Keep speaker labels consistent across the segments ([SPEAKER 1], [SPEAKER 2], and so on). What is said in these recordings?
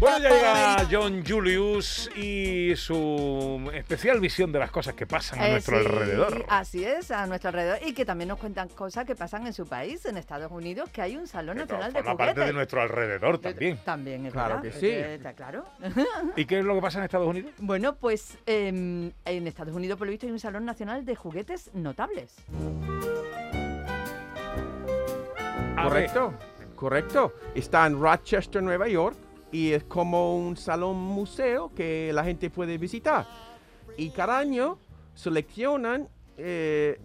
[SPEAKER 1] Bueno, ya llega John Julius y su especial visión de las cosas que pasan a
[SPEAKER 2] Eh,
[SPEAKER 1] nuestro
[SPEAKER 2] sí,
[SPEAKER 1] alrededor.
[SPEAKER 2] Así es, a nuestro alrededor. Y que también nos cuentan cosas que pasan en su país, en Estados Unidos, que hay un Salón
[SPEAKER 1] Que
[SPEAKER 2] Nacional de
[SPEAKER 1] forma
[SPEAKER 2] Juguetes.
[SPEAKER 1] parte de nuestro alrededor
[SPEAKER 2] De-
[SPEAKER 1] también.
[SPEAKER 2] También, es
[SPEAKER 3] Claro
[SPEAKER 2] verdad,
[SPEAKER 3] que
[SPEAKER 2] es
[SPEAKER 3] sí.
[SPEAKER 2] está claro.
[SPEAKER 1] ¿Y qué es lo que pasa en Estados Unidos?
[SPEAKER 2] Bueno, pues em, en Estados Unidos, por lo visto, hay un Salón Nacional de Juguetes Notables.
[SPEAKER 1] A
[SPEAKER 3] Correcto, correcto. Está en Rochester, Nueva York, y es como un salón museo que la gente puede visitar. Y cada año seleccionan eh,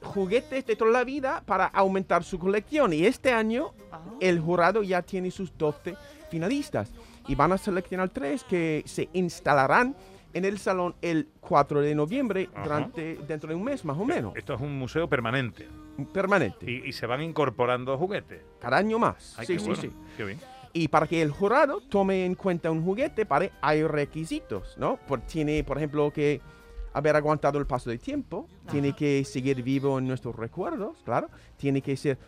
[SPEAKER 3] juguetes de toda la vida para aumentar su colección. Y este año
[SPEAKER 2] Ah.
[SPEAKER 3] el jurado ya tiene sus 12 finalistas. Y van a seleccionar tres que se instalarán en el salón el 4 de noviembre,
[SPEAKER 1] Ajá.
[SPEAKER 3] durante, dentro de un mes más o
[SPEAKER 1] ver,
[SPEAKER 3] menos,
[SPEAKER 1] Esto es un museo permanente
[SPEAKER 3] permanente.
[SPEAKER 1] y, y se van incorporando juguetes.
[SPEAKER 3] Cada año más.
[SPEAKER 1] Ay,
[SPEAKER 3] sí,
[SPEAKER 1] qué
[SPEAKER 3] sí,
[SPEAKER 1] bueno,
[SPEAKER 3] sí.
[SPEAKER 1] Qué bien.
[SPEAKER 3] Y para que el jurado tome en cuenta un juguete, para, hay requisitos, ¿no? Por, tiene, por ejemplo, que haber aguantado el paso del tiempo, tiene que seguir vivo en nuestros recuerdos, claro, tiene que ser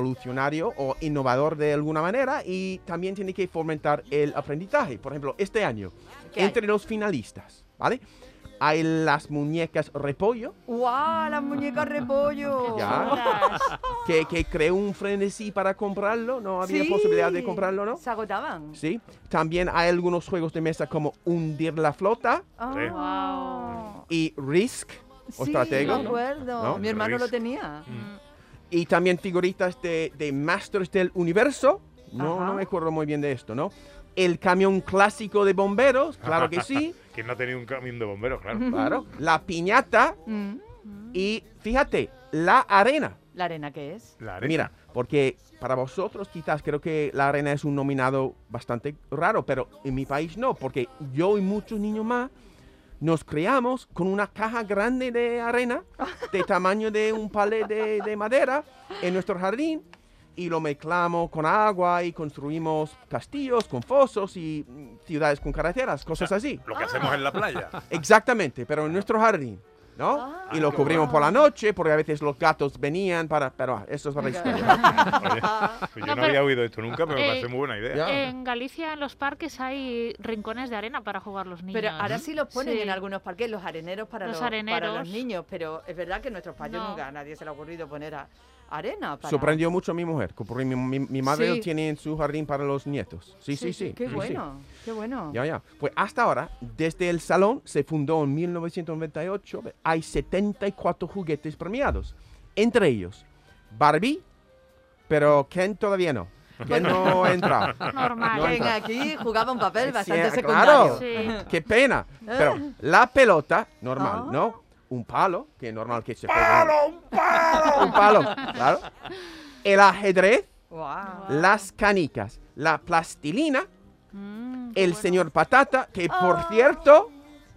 [SPEAKER 3] revolucionario o innovador de alguna manera y también tiene que fomentar el aprendizaje. Por ejemplo, este año,
[SPEAKER 2] ¿Qué hay?
[SPEAKER 3] entre los finalistas, ¿vale? Hay las muñecas repollo,
[SPEAKER 2] ¡Guau! Las muñecas repollo.
[SPEAKER 3] Ya. que, que creó un frenesí para comprarlo, no había
[SPEAKER 2] Sí,
[SPEAKER 3] posibilidad de comprarlo, ¿no?
[SPEAKER 2] Se agotaban.
[SPEAKER 3] ¿sí? También hay algunos juegos de mesa como Hundir la Flota
[SPEAKER 1] Sí.
[SPEAKER 2] Ah.
[SPEAKER 3] y Risk, o
[SPEAKER 2] Sí,
[SPEAKER 3] Estratego.
[SPEAKER 2] me acuerdo.
[SPEAKER 3] ¿No?
[SPEAKER 2] Mi hermano lo
[SPEAKER 1] Risk.
[SPEAKER 2] tenía.
[SPEAKER 4] Mm.
[SPEAKER 3] Y también figuritas de, de Masters del Universo. No,
[SPEAKER 2] Ajá.
[SPEAKER 3] no me acuerdo muy bien de esto, ¿no? El camión clásico de bomberos, claro que sí,
[SPEAKER 1] ¿Quién no ha tenido un camión de bomberos? Claro.
[SPEAKER 3] claro. La piñata
[SPEAKER 2] Mm.
[SPEAKER 3] y, fíjate, la arena.
[SPEAKER 2] ¿La arena qué es?
[SPEAKER 1] La arena.
[SPEAKER 3] Mira, porque para vosotros quizás creo que la arena es un nominado bastante raro, pero en mi país no, porque yo y muchos niños más nos creamos con una caja grande de arena de tamaño de un palet de, de madera en nuestro jardín y lo mezclamos con agua y construimos castillos con fosos y mm, ciudades con carreteras, cosas así.
[SPEAKER 1] Lo que hacemos en la playa. Pues
[SPEAKER 3] Exactamente, pero en nuestro jardín. ¿no?
[SPEAKER 2] Ah.
[SPEAKER 3] y lo cubrimos por la noche, porque a veces los gatos venían para... Pero ah, eso es para la historia.
[SPEAKER 1] Oye, yo no,
[SPEAKER 4] No, pero-
[SPEAKER 1] había oído esto nunca, pero me
[SPEAKER 4] Eh,
[SPEAKER 1] parece muy buena idea.
[SPEAKER 3] ya.
[SPEAKER 4] En Galicia, en los parques, hay rincones de arena para jugar los niños.
[SPEAKER 2] Pero ahora sí los ponen
[SPEAKER 4] Sí.
[SPEAKER 2] en algunos parques, los areneros para los,
[SPEAKER 4] Los
[SPEAKER 2] para los
[SPEAKER 4] areneros.
[SPEAKER 2] niños, pero es verdad que en nuestros países
[SPEAKER 4] No.
[SPEAKER 2] nunca a nadie se le ha ocurrido poner a- arena para...
[SPEAKER 3] Sorprendió mucho a mi mujer, que porque mi, mi- mi madre lo
[SPEAKER 2] Sí.
[SPEAKER 3] tiene en su jardín para los nietos. Sí, sí, sí.
[SPEAKER 2] Qué
[SPEAKER 3] sí, sí.
[SPEAKER 2] bueno, qué bueno.
[SPEAKER 3] Ya, ya. Pues hasta ahora, desde el salón, se fundó en 1998, hay 74 juguetes premiados. Entre ellos, Barbie, pero Ken todavía no. Ken no entra.
[SPEAKER 4] Normal.
[SPEAKER 3] No
[SPEAKER 2] Ven
[SPEAKER 3] entra.
[SPEAKER 2] aquí, jugaba un papel
[SPEAKER 3] Sí,
[SPEAKER 2] bastante
[SPEAKER 3] claro.
[SPEAKER 2] secundario.
[SPEAKER 4] Sí.
[SPEAKER 3] Qué pena. Pero la pelota, normal,
[SPEAKER 2] Ah.
[SPEAKER 3] ¿no? Un palo, que es normal que se juegue.
[SPEAKER 1] ¡Palo, un palo!
[SPEAKER 3] Un palo, claro. El ajedrez,
[SPEAKER 2] Guau.
[SPEAKER 3] las canicas, la plastilina,
[SPEAKER 4] Mm, qué
[SPEAKER 3] el
[SPEAKER 4] bueno. Ah,
[SPEAKER 3] señor Patata, que por cierto,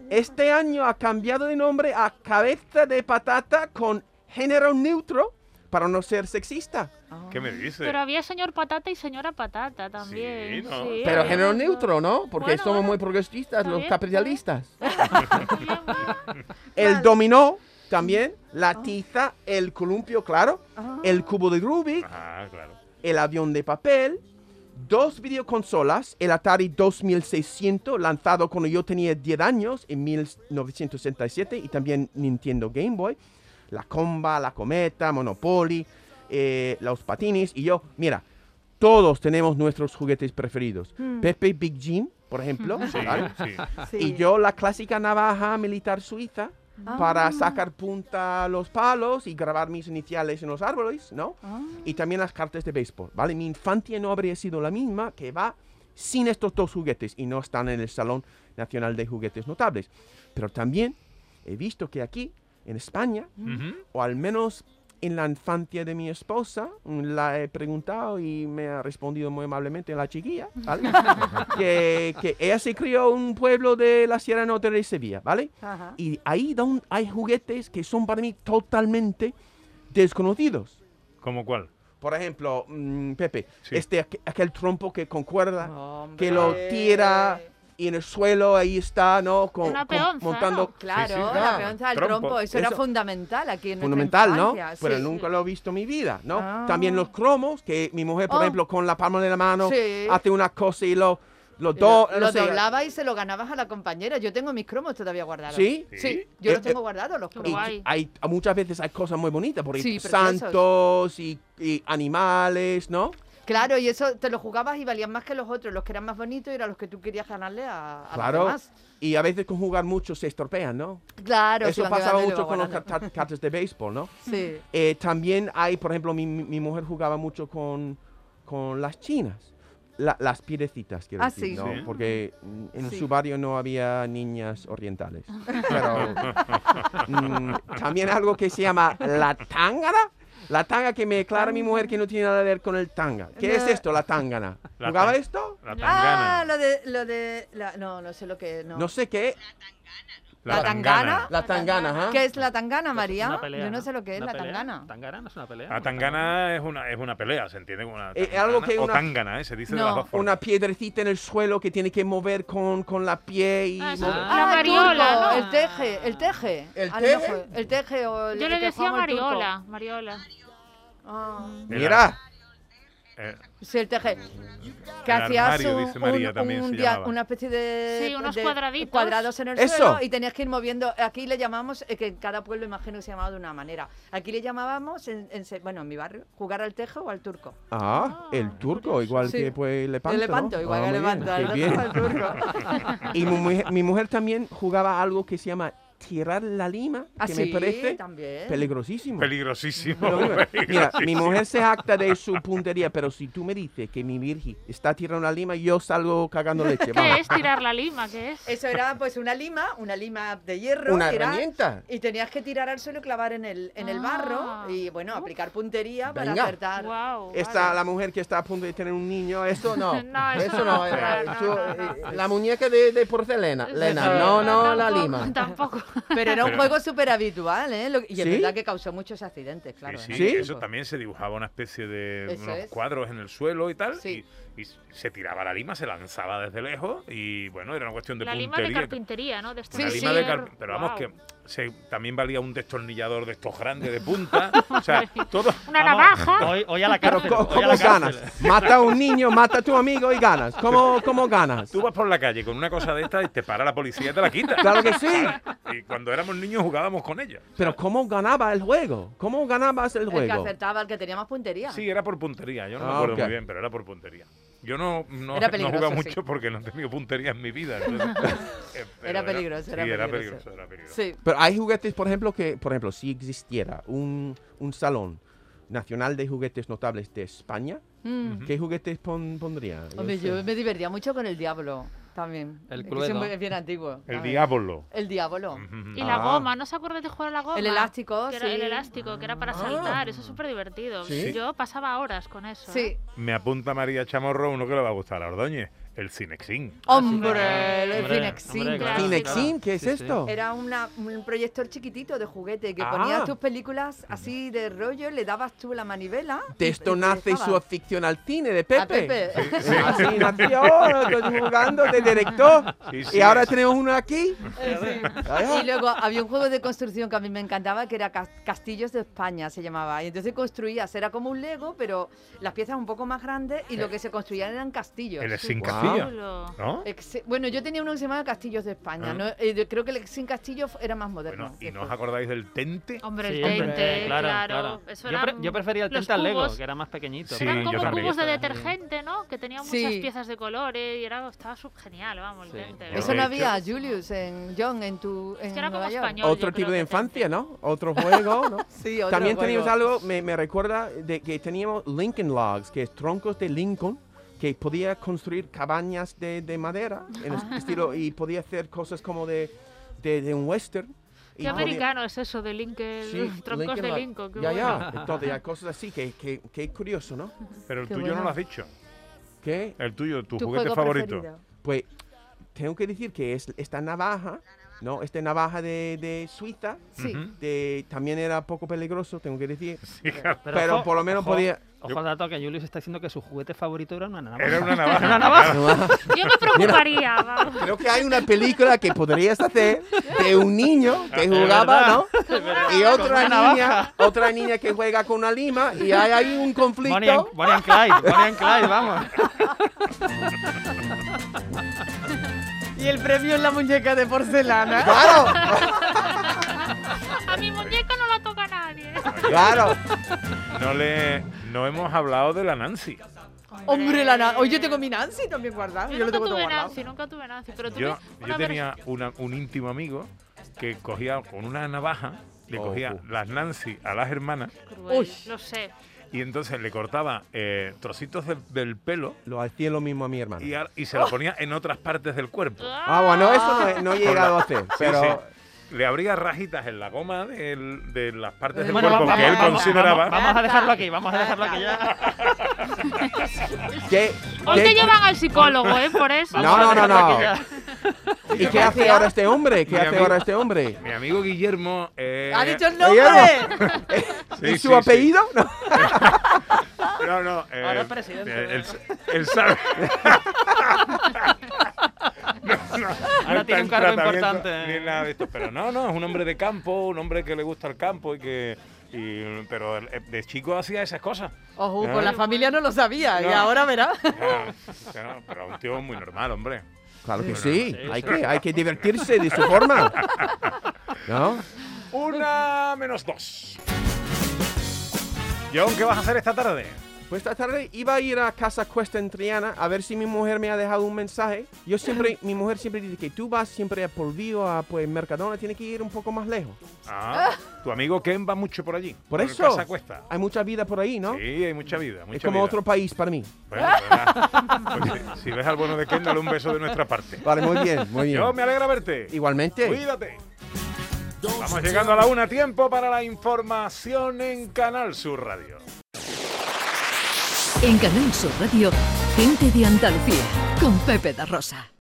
[SPEAKER 3] este año ha cambiado de nombre a Cabeza de Patata con género neutro para no ser sexista.
[SPEAKER 2] Ah.
[SPEAKER 1] ¿Qué me dices?
[SPEAKER 4] Pero había señor patata y señora patata también.
[SPEAKER 1] Sí, ¿no?
[SPEAKER 3] Pero
[SPEAKER 4] había
[SPEAKER 3] género
[SPEAKER 4] eso.
[SPEAKER 3] neutro, ¿no? Porque
[SPEAKER 4] Bueno,
[SPEAKER 3] somos
[SPEAKER 4] bueno.
[SPEAKER 3] muy progresistas,
[SPEAKER 4] Está
[SPEAKER 3] los
[SPEAKER 4] bien,
[SPEAKER 3] capitalistas.
[SPEAKER 4] Bien, bien. Oh.
[SPEAKER 3] El dominó también, la tiza, el columpio, claro, el cubo de Rubik,
[SPEAKER 1] Ah, claro.
[SPEAKER 3] el avión de papel, dos videoconsolas, el Atari 2600 lanzado cuando yo tenía 10 años en 1967 y también Nintendo Game Boy, la comba, la cometa, Monopoly, eh, los patines y yo, mira, todos tenemos nuestros juguetes preferidos. Pepe Big Jim, por ejemplo,
[SPEAKER 1] Sí,
[SPEAKER 3] ¿vale?
[SPEAKER 1] sí.
[SPEAKER 2] Hmm. ah, Sí.
[SPEAKER 3] y yo la clásica navaja militar suiza
[SPEAKER 2] Ah.
[SPEAKER 3] para sacar punta a los palos y grabar mis iniciales en los árboles, ¿no?
[SPEAKER 2] Ah.
[SPEAKER 3] y también las cartas de béisbol, ¿vale? Mi infancia no habría sido la misma que va sin estos dos juguetes y no están en el Salón Nacional de Juguetes Notables. Pero también he visto que aquí, en España,
[SPEAKER 2] Mm.
[SPEAKER 1] Ujú.
[SPEAKER 3] o al menos en la infancia de mi esposa, mm, la he preguntado y me ha respondido muy amablemente la chiquilla, ¿vale? que, que ella se crió en un pueblo de la Sierra Norte de Sevilla, ¿vale?
[SPEAKER 2] Ajá.
[SPEAKER 3] Y ahí don- hay juguetes que son para mí totalmente desconocidos
[SPEAKER 1] ¿Cómo cuál?
[SPEAKER 3] Por ejemplo, mm, Pepe,
[SPEAKER 1] Sí. Eh.
[SPEAKER 3] este, aqu- aquel trompo que con cuerda,
[SPEAKER 2] Hombre.
[SPEAKER 3] que lo tira y en el suelo ahí está, ¿no? Con,
[SPEAKER 4] Una
[SPEAKER 3] con-
[SPEAKER 4] peonza,
[SPEAKER 3] montando.
[SPEAKER 4] ¿no?
[SPEAKER 2] Claro,
[SPEAKER 1] Sí, sí.
[SPEAKER 2] la
[SPEAKER 1] Ah,
[SPEAKER 2] peonza del
[SPEAKER 1] trompo.
[SPEAKER 2] trompo, eso, era
[SPEAKER 3] Eso-
[SPEAKER 2] fundamental aquí en nuestra
[SPEAKER 3] Fundamental, ¿no?
[SPEAKER 2] infancia,
[SPEAKER 3] Pero
[SPEAKER 2] sí.
[SPEAKER 3] nunca lo he visto en mi vida, ¿no?
[SPEAKER 2] Ah.
[SPEAKER 3] También los cromos, que mi mujer, por
[SPEAKER 2] Oh.
[SPEAKER 3] ejemplo, con la palma de la mano,
[SPEAKER 2] Sí.
[SPEAKER 3] hace una cosa y lo, lo,
[SPEAKER 2] Y
[SPEAKER 3] do-
[SPEAKER 2] lo,
[SPEAKER 3] no
[SPEAKER 2] lo
[SPEAKER 3] sé,
[SPEAKER 2] doblabas y se lo ganabas a la compañera. Yo tengo mis cromos todavía guardados.
[SPEAKER 3] ¿Sí?
[SPEAKER 1] Sí.
[SPEAKER 2] Sí, yo
[SPEAKER 3] Eh,
[SPEAKER 2] los tengo
[SPEAKER 3] eh,
[SPEAKER 2] guardados, los
[SPEAKER 4] Qué
[SPEAKER 3] Y
[SPEAKER 2] cromos.
[SPEAKER 4] guay.
[SPEAKER 3] hay muchas veces hay cosas muy bonitas, por
[SPEAKER 2] Sí,
[SPEAKER 3] ejemplo,
[SPEAKER 2] preciosos.
[SPEAKER 3] santos y, y animales, ¿no?
[SPEAKER 2] Claro, y eso te lo jugabas y valían más que los otros. Los que eran más bonitos eran los que tú querías ganarle a, a
[SPEAKER 3] Claro.
[SPEAKER 2] los demás.
[SPEAKER 3] Y a veces con jugar mucho se estropean, ¿no?
[SPEAKER 2] Claro, se
[SPEAKER 3] Eso
[SPEAKER 2] iban
[SPEAKER 3] pasaba
[SPEAKER 2] quedando y
[SPEAKER 3] mucho
[SPEAKER 2] luego
[SPEAKER 3] con los
[SPEAKER 2] ganando.
[SPEAKER 3] car- cartas de béisbol, ¿no?
[SPEAKER 2] Sí.
[SPEAKER 3] Eh, también hay, por ejemplo, mi, mi- mi mujer jugaba mucho con, con las chinas. La- las piedecitas, quiero
[SPEAKER 2] Ah,
[SPEAKER 3] decir,
[SPEAKER 2] sí.
[SPEAKER 3] ¿no?
[SPEAKER 1] Sí.
[SPEAKER 3] Porque mm, en
[SPEAKER 2] Sí.
[SPEAKER 3] su barrio no había niñas orientales. Pero
[SPEAKER 2] Ah.
[SPEAKER 3] mm, también algo que se llama la tangana. La tanga que me declara mi mujer que no tiene nada que ver con el tanga. ¿Qué es
[SPEAKER 2] No.
[SPEAKER 3] esto, la tangana?
[SPEAKER 1] La
[SPEAKER 3] ¿Jugaba
[SPEAKER 1] tan-
[SPEAKER 3] esto?
[SPEAKER 1] La
[SPEAKER 2] Ah,
[SPEAKER 1] tangana.
[SPEAKER 2] lo de, lo de, la- no, no sé lo que, no.
[SPEAKER 3] No sé qué.
[SPEAKER 2] la tangana.
[SPEAKER 3] La tangana, ajá.
[SPEAKER 2] ¿Qué es la tangana,
[SPEAKER 5] Es
[SPEAKER 2] María?
[SPEAKER 5] una pelea,
[SPEAKER 2] Yo no sé lo que es
[SPEAKER 5] ¿Una
[SPEAKER 2] la
[SPEAKER 5] pelea?
[SPEAKER 2] tangana.
[SPEAKER 5] Tangana no es una pelea.
[SPEAKER 1] La tangana es una, es una pelea, ¿se entiende? Como Una
[SPEAKER 3] Eh, algo que
[SPEAKER 1] tangana
[SPEAKER 3] una-
[SPEAKER 1] O tangana, ¿eh? se dice de
[SPEAKER 2] No.
[SPEAKER 1] las dos formas.
[SPEAKER 3] Una piedrecita en el suelo que tiene que mover con, con la pie y...
[SPEAKER 4] Ah, eso
[SPEAKER 3] mover-
[SPEAKER 4] La mariola,
[SPEAKER 2] turco,
[SPEAKER 4] ¿no?
[SPEAKER 2] El teje, el teje.
[SPEAKER 3] ¿El
[SPEAKER 2] A lo
[SPEAKER 3] teje?
[SPEAKER 2] mejor, El teje o el
[SPEAKER 4] Yo le
[SPEAKER 2] que
[SPEAKER 4] decía
[SPEAKER 2] jugamos el turco.
[SPEAKER 4] Mariola, Mariola.
[SPEAKER 2] Ah,
[SPEAKER 1] El
[SPEAKER 3] Mira,
[SPEAKER 1] ar- eh,
[SPEAKER 2] sí, el teje. Que
[SPEAKER 1] El
[SPEAKER 2] hacías
[SPEAKER 1] armario,
[SPEAKER 2] un,
[SPEAKER 1] dice María,
[SPEAKER 2] un-
[SPEAKER 1] también
[SPEAKER 2] un
[SPEAKER 1] se
[SPEAKER 2] dia-
[SPEAKER 1] llamaba.
[SPEAKER 2] una especie de...
[SPEAKER 4] Sí, unos
[SPEAKER 2] de
[SPEAKER 4] cuadraditos.
[SPEAKER 2] Cuadrados en el
[SPEAKER 3] Eso.
[SPEAKER 2] suelo y tenías que ir moviendo. Aquí le llamamos, eh, que en cada pueblo imagino que se llamaba de una manera. Aquí le llamábamos, en, en se- bueno, en mi barrio, jugar al teje o al turco.
[SPEAKER 3] Ah, el turco, igual
[SPEAKER 2] Sí.
[SPEAKER 3] que pues Lepanto.
[SPEAKER 2] el
[SPEAKER 3] ¿no?
[SPEAKER 2] lepanto, igual
[SPEAKER 3] Ah,
[SPEAKER 2] que
[SPEAKER 3] muy bien,
[SPEAKER 2] levanta.
[SPEAKER 3] qué
[SPEAKER 2] el
[SPEAKER 3] bien.
[SPEAKER 2] teje al turco.
[SPEAKER 3] Y mi mujer, mi mujer también jugaba algo que se llama tirar la lima, que
[SPEAKER 2] Así
[SPEAKER 3] me parece
[SPEAKER 2] Ah, también.
[SPEAKER 3] peligrosísimo.
[SPEAKER 1] peligrosísimo.
[SPEAKER 3] Pero mira, Mira,
[SPEAKER 1] peligrosísimo.
[SPEAKER 3] mi mujer se acta de su puntería, pero si tú me dices que mi virgen está tirando la lima, yo salgo cagando leche.
[SPEAKER 4] ¿Qué
[SPEAKER 3] Vamos.
[SPEAKER 4] es tirar la lima? ¿Qué es?
[SPEAKER 2] Eso era pues una lima, una lima de hierro.
[SPEAKER 3] Una
[SPEAKER 2] era-
[SPEAKER 3] herramienta.
[SPEAKER 2] Y tenías que tirar al suelo y clavar en el, en el
[SPEAKER 4] Ah.
[SPEAKER 2] barro y bueno, aplicar puntería para
[SPEAKER 3] Venga.
[SPEAKER 2] acertar.
[SPEAKER 4] Wow.
[SPEAKER 3] Está la mujer que está a punto de tener un niño, eso no.
[SPEAKER 4] No, eso no,
[SPEAKER 3] eh,
[SPEAKER 4] no,
[SPEAKER 3] tú,
[SPEAKER 4] no, no,
[SPEAKER 3] eh, La muñeca de, de porcelana, Lena, no, no, la lima.
[SPEAKER 4] Tampoco.
[SPEAKER 2] Pero era un
[SPEAKER 1] Pero-
[SPEAKER 2] juego súper habitual, ¿eh? Lo- y es
[SPEAKER 3] ¿Sí?
[SPEAKER 2] verdad que causó muchos accidentes, claro. Pues,
[SPEAKER 1] Sí,
[SPEAKER 2] en
[SPEAKER 1] sí,
[SPEAKER 2] aquel
[SPEAKER 1] eso
[SPEAKER 2] tiempo.
[SPEAKER 1] también se dibujaba una especie de
[SPEAKER 2] Eso
[SPEAKER 1] unos
[SPEAKER 2] es.
[SPEAKER 1] cuadros en el suelo y tal.
[SPEAKER 2] Sí.
[SPEAKER 1] Y, y se tiraba la lima, se lanzaba desde lejos y bueno, era una cuestión de
[SPEAKER 4] La lima de
[SPEAKER 1] puntería.
[SPEAKER 4] carpintería, ¿no? De
[SPEAKER 1] Una
[SPEAKER 4] estos
[SPEAKER 1] lima
[SPEAKER 4] de
[SPEAKER 1] de
[SPEAKER 4] hierro.
[SPEAKER 1] car- Pero vamos,
[SPEAKER 4] Guau.
[SPEAKER 1] que se, también valía un destornillador de estos grandes de punta. o sea, todo.
[SPEAKER 4] Una
[SPEAKER 5] Vamos,
[SPEAKER 4] navaja.
[SPEAKER 5] Hoy, hoy a la
[SPEAKER 3] Pero
[SPEAKER 5] cárcel.
[SPEAKER 3] ¿cómo,
[SPEAKER 5] hoy a
[SPEAKER 3] cómo
[SPEAKER 5] la cárcel.
[SPEAKER 3] ganas? Mata a un niño, mata a tu amigo y ganas. ¿Cómo, cómo ganas?
[SPEAKER 1] Tú vas por la calle con una cosa de estas y te para la policía y te la quita.
[SPEAKER 3] Claro que sí.
[SPEAKER 1] Y cuando éramos niños jugábamos con ella.
[SPEAKER 3] Pero ¿cómo ganaba el juego? ¿Cómo ganabas el
[SPEAKER 2] El que
[SPEAKER 3] juego?
[SPEAKER 2] acertaba, el que tenía más puntería.
[SPEAKER 1] Sí, era por puntería. Yo no me
[SPEAKER 3] Ah,
[SPEAKER 1] acuerdo
[SPEAKER 3] ok.
[SPEAKER 1] muy bien, pero era por puntería. Yo no, no,
[SPEAKER 2] Era
[SPEAKER 1] no
[SPEAKER 2] peligroso,
[SPEAKER 1] jugaba
[SPEAKER 2] sí.
[SPEAKER 1] mucho porque no he tenido puntería en mi vida. entonces, eh, pero
[SPEAKER 2] Era peligroso,
[SPEAKER 1] sí,
[SPEAKER 2] era
[SPEAKER 1] era
[SPEAKER 2] peligroso.
[SPEAKER 1] peligroso, era peligroso.
[SPEAKER 2] Sí.
[SPEAKER 3] Pero hay juguetes, por ejemplo, que, por ejemplo, si existiera un, un salón nacional de juguetes notables de España,
[SPEAKER 2] Mm.
[SPEAKER 3] ¿qué juguetes pon- pondría? Yo
[SPEAKER 2] Hombre,
[SPEAKER 3] sé.
[SPEAKER 2] yo me divertía mucho con el diablo también.
[SPEAKER 5] El
[SPEAKER 2] Que
[SPEAKER 5] Cluedo.
[SPEAKER 2] siempre Es bien antiguo.
[SPEAKER 1] El
[SPEAKER 2] también.
[SPEAKER 1] diablo.
[SPEAKER 2] El diablo.
[SPEAKER 1] Ujú.
[SPEAKER 4] Y la
[SPEAKER 3] Ah.
[SPEAKER 4] goma, ¿no os acordáis de jugar a la goma?
[SPEAKER 2] El elástico,
[SPEAKER 4] Que era
[SPEAKER 2] sí.
[SPEAKER 4] El elástico, que era para saltar, eso es súper divertido.
[SPEAKER 3] Sí.
[SPEAKER 4] Yo pasaba horas con eso.
[SPEAKER 2] Sí.
[SPEAKER 4] ¿eh?
[SPEAKER 1] Me apunta María Chamorro uno que le va a gustar a Ordóñez, el Cinexin.
[SPEAKER 2] Hombre, el
[SPEAKER 5] Hombre,
[SPEAKER 2] Cinexin,
[SPEAKER 5] hombre,
[SPEAKER 4] claro.
[SPEAKER 3] Cinexin, ¿qué es
[SPEAKER 5] Sí, sí.
[SPEAKER 3] esto?
[SPEAKER 2] Era una- un proyector chiquitito de juguete que
[SPEAKER 3] Ah.
[SPEAKER 2] ponías tus películas así de rollo, le dabas tú la manivela.
[SPEAKER 3] De
[SPEAKER 2] y- y
[SPEAKER 3] esto
[SPEAKER 2] te
[SPEAKER 3] nace
[SPEAKER 2] dejaba.
[SPEAKER 3] su afición al cine de
[SPEAKER 2] eh, A
[SPEAKER 3] Pepe. Eh,
[SPEAKER 2] Pepe.
[SPEAKER 3] Así nació, estoy jugando de director.
[SPEAKER 1] Sí,
[SPEAKER 3] Y
[SPEAKER 1] sí.
[SPEAKER 3] ahora tenemos uno aquí.
[SPEAKER 2] Y luego había un juego de construcción que a mí me encantaba, que era cas- Castillos de España, se llamaba. Y entonces construías, era como un Lego, pero las piezas un poco más grandes y lo que se construían eran castillos.
[SPEAKER 1] El Sin
[SPEAKER 3] Guau.
[SPEAKER 1] Castilla.
[SPEAKER 4] Chulo.
[SPEAKER 1] ¿No?
[SPEAKER 2] Ex- Bueno, yo tenía uno que se llamaba Castillos de España.
[SPEAKER 1] Ah.
[SPEAKER 2] ¿no? Eh, yo creo que el sin Castillo fu- era más moderno.
[SPEAKER 1] Bueno, ¿y no
[SPEAKER 2] después.
[SPEAKER 1] os acordáis del Tente?
[SPEAKER 4] Hombre,
[SPEAKER 5] Sí,
[SPEAKER 4] el
[SPEAKER 5] hombre,
[SPEAKER 4] tente, claro. Eso
[SPEAKER 5] Yo, pre-
[SPEAKER 4] eran
[SPEAKER 5] yo prefería el
[SPEAKER 4] los
[SPEAKER 5] Tenta al Lego,
[SPEAKER 4] cubos.
[SPEAKER 5] que era más pequeñito.
[SPEAKER 1] Sí,
[SPEAKER 4] eran
[SPEAKER 1] yo
[SPEAKER 4] como
[SPEAKER 1] también.
[SPEAKER 4] cubos de detergente, ¿no? Que tenían muchas
[SPEAKER 2] Sí.
[SPEAKER 4] piezas de colores y era, estaba subgenial, vamos, el
[SPEAKER 5] Sí.
[SPEAKER 4] tente.
[SPEAKER 2] Eso no
[SPEAKER 1] De
[SPEAKER 2] había,
[SPEAKER 1] hecho-
[SPEAKER 2] Julius, en John, en tu. En
[SPEAKER 4] que era como
[SPEAKER 2] Nueva York.
[SPEAKER 4] español. yo
[SPEAKER 3] Otro
[SPEAKER 4] creo
[SPEAKER 3] tipo de
[SPEAKER 4] que
[SPEAKER 3] infancia, ¿no? Otro juego, ¿no?
[SPEAKER 2] Sí, otro
[SPEAKER 3] También
[SPEAKER 2] juego.
[SPEAKER 3] teníamos algo, me, me recuerda de que teníamos Lincoln Logs, que es troncos de Lincoln, que podía construir cabañas de, de madera en
[SPEAKER 4] Ah.
[SPEAKER 3] es- estilo y podía hacer cosas como de, de, de un western. y
[SPEAKER 4] Qué
[SPEAKER 3] podía-
[SPEAKER 4] americano es eso de Lincoln,
[SPEAKER 3] Sí,
[SPEAKER 4] troncos de
[SPEAKER 3] Log.
[SPEAKER 4] Lincoln. qué
[SPEAKER 3] Ya,
[SPEAKER 4] bueno.
[SPEAKER 3] ya. Entonces, hay cosas así que, que, que es curioso, ¿no?
[SPEAKER 1] Pero el
[SPEAKER 2] Qué
[SPEAKER 1] tuyo no
[SPEAKER 2] bueno.
[SPEAKER 1] lo has dicho.
[SPEAKER 3] Que,
[SPEAKER 1] El tuyo, tu,
[SPEAKER 2] Tu
[SPEAKER 1] juguete
[SPEAKER 2] juego
[SPEAKER 1] favorito.
[SPEAKER 2] preferido.
[SPEAKER 3] pues, tengo que decir que es esta navaja ¿no? Este navaja de, de Suiza
[SPEAKER 2] Sí.
[SPEAKER 1] Ujú.
[SPEAKER 3] de- también era poco peligroso, tengo que decir.
[SPEAKER 1] Sí, claro.
[SPEAKER 3] Pero por lo menos podía-
[SPEAKER 5] Ojo al dato que Julius está diciendo que su juguete favorito era una navaja.
[SPEAKER 1] Era una navaja.
[SPEAKER 4] Yo me preocuparía, vamos.
[SPEAKER 3] Creo que hay una película que podrías hacer de un niño que
[SPEAKER 5] Ah, Es
[SPEAKER 3] jugaba,
[SPEAKER 5] verdad.
[SPEAKER 3] ¿no? Y
[SPEAKER 5] Con una
[SPEAKER 3] otra niña,
[SPEAKER 5] navaja.
[SPEAKER 3] otra niña que juega con una lima y hay ahí un
[SPEAKER 5] Bonnie and,
[SPEAKER 3] conflicto.
[SPEAKER 5] Bonnie and Clyde, Bonnie and Clyde, vamos.
[SPEAKER 2] Y el premio es la muñeca de porcelana.
[SPEAKER 3] Claro,
[SPEAKER 4] A mi muñeca no la toca nadie.
[SPEAKER 3] claro.
[SPEAKER 1] No, le, no hemos hablado de la Nancy.
[SPEAKER 2] Hombre, la Nancy. Hoy yo tengo mi Nancy también guardada.
[SPEAKER 4] Yo,
[SPEAKER 2] Yo, lo
[SPEAKER 4] nunca
[SPEAKER 2] tengo todo
[SPEAKER 4] tuve
[SPEAKER 2] guardado.
[SPEAKER 4] Nancy, nunca tuve Nancy. Pero tuve
[SPEAKER 1] Yo,
[SPEAKER 4] una
[SPEAKER 1] yo tenía
[SPEAKER 4] versión-
[SPEAKER 1] una- un íntimo amigo que cogía con una navaja, le cogía
[SPEAKER 3] Ojo.
[SPEAKER 1] las Nancy a las hermanas
[SPEAKER 4] Cruel,
[SPEAKER 2] Uy.
[SPEAKER 4] Lo sé.
[SPEAKER 1] y entonces le cortaba eh, trocitos de- del pelo
[SPEAKER 3] Lo hacía lo mismo a mi hermano.
[SPEAKER 1] y, a- y se lo ponía en otras partes del cuerpo.
[SPEAKER 3] Ah, bueno, eso no he, no he llegado a hacer,
[SPEAKER 1] Sí,
[SPEAKER 3] pero...
[SPEAKER 1] sí. Le abría rajitas en la goma del- de las partes del
[SPEAKER 5] Bueno,
[SPEAKER 1] cuerpo
[SPEAKER 5] vamos,
[SPEAKER 1] que él
[SPEAKER 5] vamos, vamos,
[SPEAKER 1] consideraba.
[SPEAKER 5] Vamos, vamos a dejarlo aquí, vamos a dejarlo aquí ya.
[SPEAKER 3] ¿Qué,
[SPEAKER 4] Hoy
[SPEAKER 3] qué-
[SPEAKER 4] te llevan al psicólogo, ¿eh? Por eso.
[SPEAKER 3] No, no, no, no. ¿Y qué hace ahora este hombre?
[SPEAKER 1] Mi
[SPEAKER 3] ¿Qué hace
[SPEAKER 1] amigo-
[SPEAKER 3] ahora este hombre?
[SPEAKER 1] Mi amigo Guillermo. eh,
[SPEAKER 2] ¡Ha dicho el
[SPEAKER 3] Oye,
[SPEAKER 2] nombre!
[SPEAKER 1] sí,
[SPEAKER 3] ¿Y
[SPEAKER 1] sí,
[SPEAKER 3] su
[SPEAKER 1] sí.
[SPEAKER 3] apellido? No.
[SPEAKER 1] No, no. eh,
[SPEAKER 5] Ahora es presidente,
[SPEAKER 1] eh, Él,
[SPEAKER 5] ¿verdad?
[SPEAKER 1] él sabe. No, no,
[SPEAKER 5] Ahora
[SPEAKER 1] no
[SPEAKER 5] tiene un
[SPEAKER 1] está en
[SPEAKER 5] cargo
[SPEAKER 1] tratamiento
[SPEAKER 5] importante.
[SPEAKER 1] ni en nada de esto. Pero no, no, es un hombre de campo, un hombre que le gusta el campo y que. y- pero el- de chico hacía esas cosas.
[SPEAKER 2] Ojo,
[SPEAKER 1] ¿Eh?
[SPEAKER 2] con la familia no lo sabía. Y
[SPEAKER 1] No.
[SPEAKER 2] ahora verá.
[SPEAKER 1] Ah, Pero, pero un tío muy normal, hombre.
[SPEAKER 3] Claro que
[SPEAKER 1] Sí,
[SPEAKER 3] sí,
[SPEAKER 5] sí,
[SPEAKER 3] hay
[SPEAKER 5] sí.
[SPEAKER 3] que, hay que divertirse de su forma. ¿No?
[SPEAKER 1] Una menos dos. John, ¿qué vas a hacer esta tarde?
[SPEAKER 3] Pues esta tarde iba a ir a casa Cuesta en Triana a ver si mi mujer me ha dejado un mensaje. Yo siempre, mi mujer siempre dice que tú vas siempre a por Vigo, a pues Mercadona, tiene que ir un poco más lejos.
[SPEAKER 1] Ah, tu amigo Ken va mucho por allí.
[SPEAKER 3] Por eso.
[SPEAKER 1] Casa Cuesta.
[SPEAKER 3] Hay mucha vida por ahí, ¿no?
[SPEAKER 1] Sí, hay mucha vida. Mucha
[SPEAKER 3] es como
[SPEAKER 1] vida.
[SPEAKER 3] otro país para mí.
[SPEAKER 1] Bueno, ¿verdad? Pues si, si ves al bueno de Ken, dale un beso de nuestra parte.
[SPEAKER 3] Vale, muy bien, muy bien.
[SPEAKER 1] Yo me alegra verte.
[SPEAKER 3] Igualmente.
[SPEAKER 1] Cuídate. Vamos llegando a la una. Tiempo para la información en Canal Sur Radio.
[SPEAKER 6] En Canal Sur Radio, gente de Andalucía, con Pepe da Rosa.